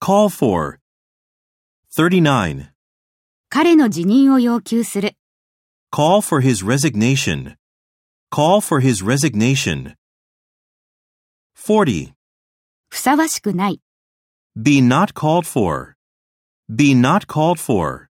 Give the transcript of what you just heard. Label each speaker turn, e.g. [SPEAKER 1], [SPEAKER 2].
[SPEAKER 1] call for. 39.
[SPEAKER 2] 彼の辞任を要求する。
[SPEAKER 1] Call for his resignation. Call for his resignation. 40.
[SPEAKER 2] ふさわしくない。
[SPEAKER 1] Be not called for. Be not called for.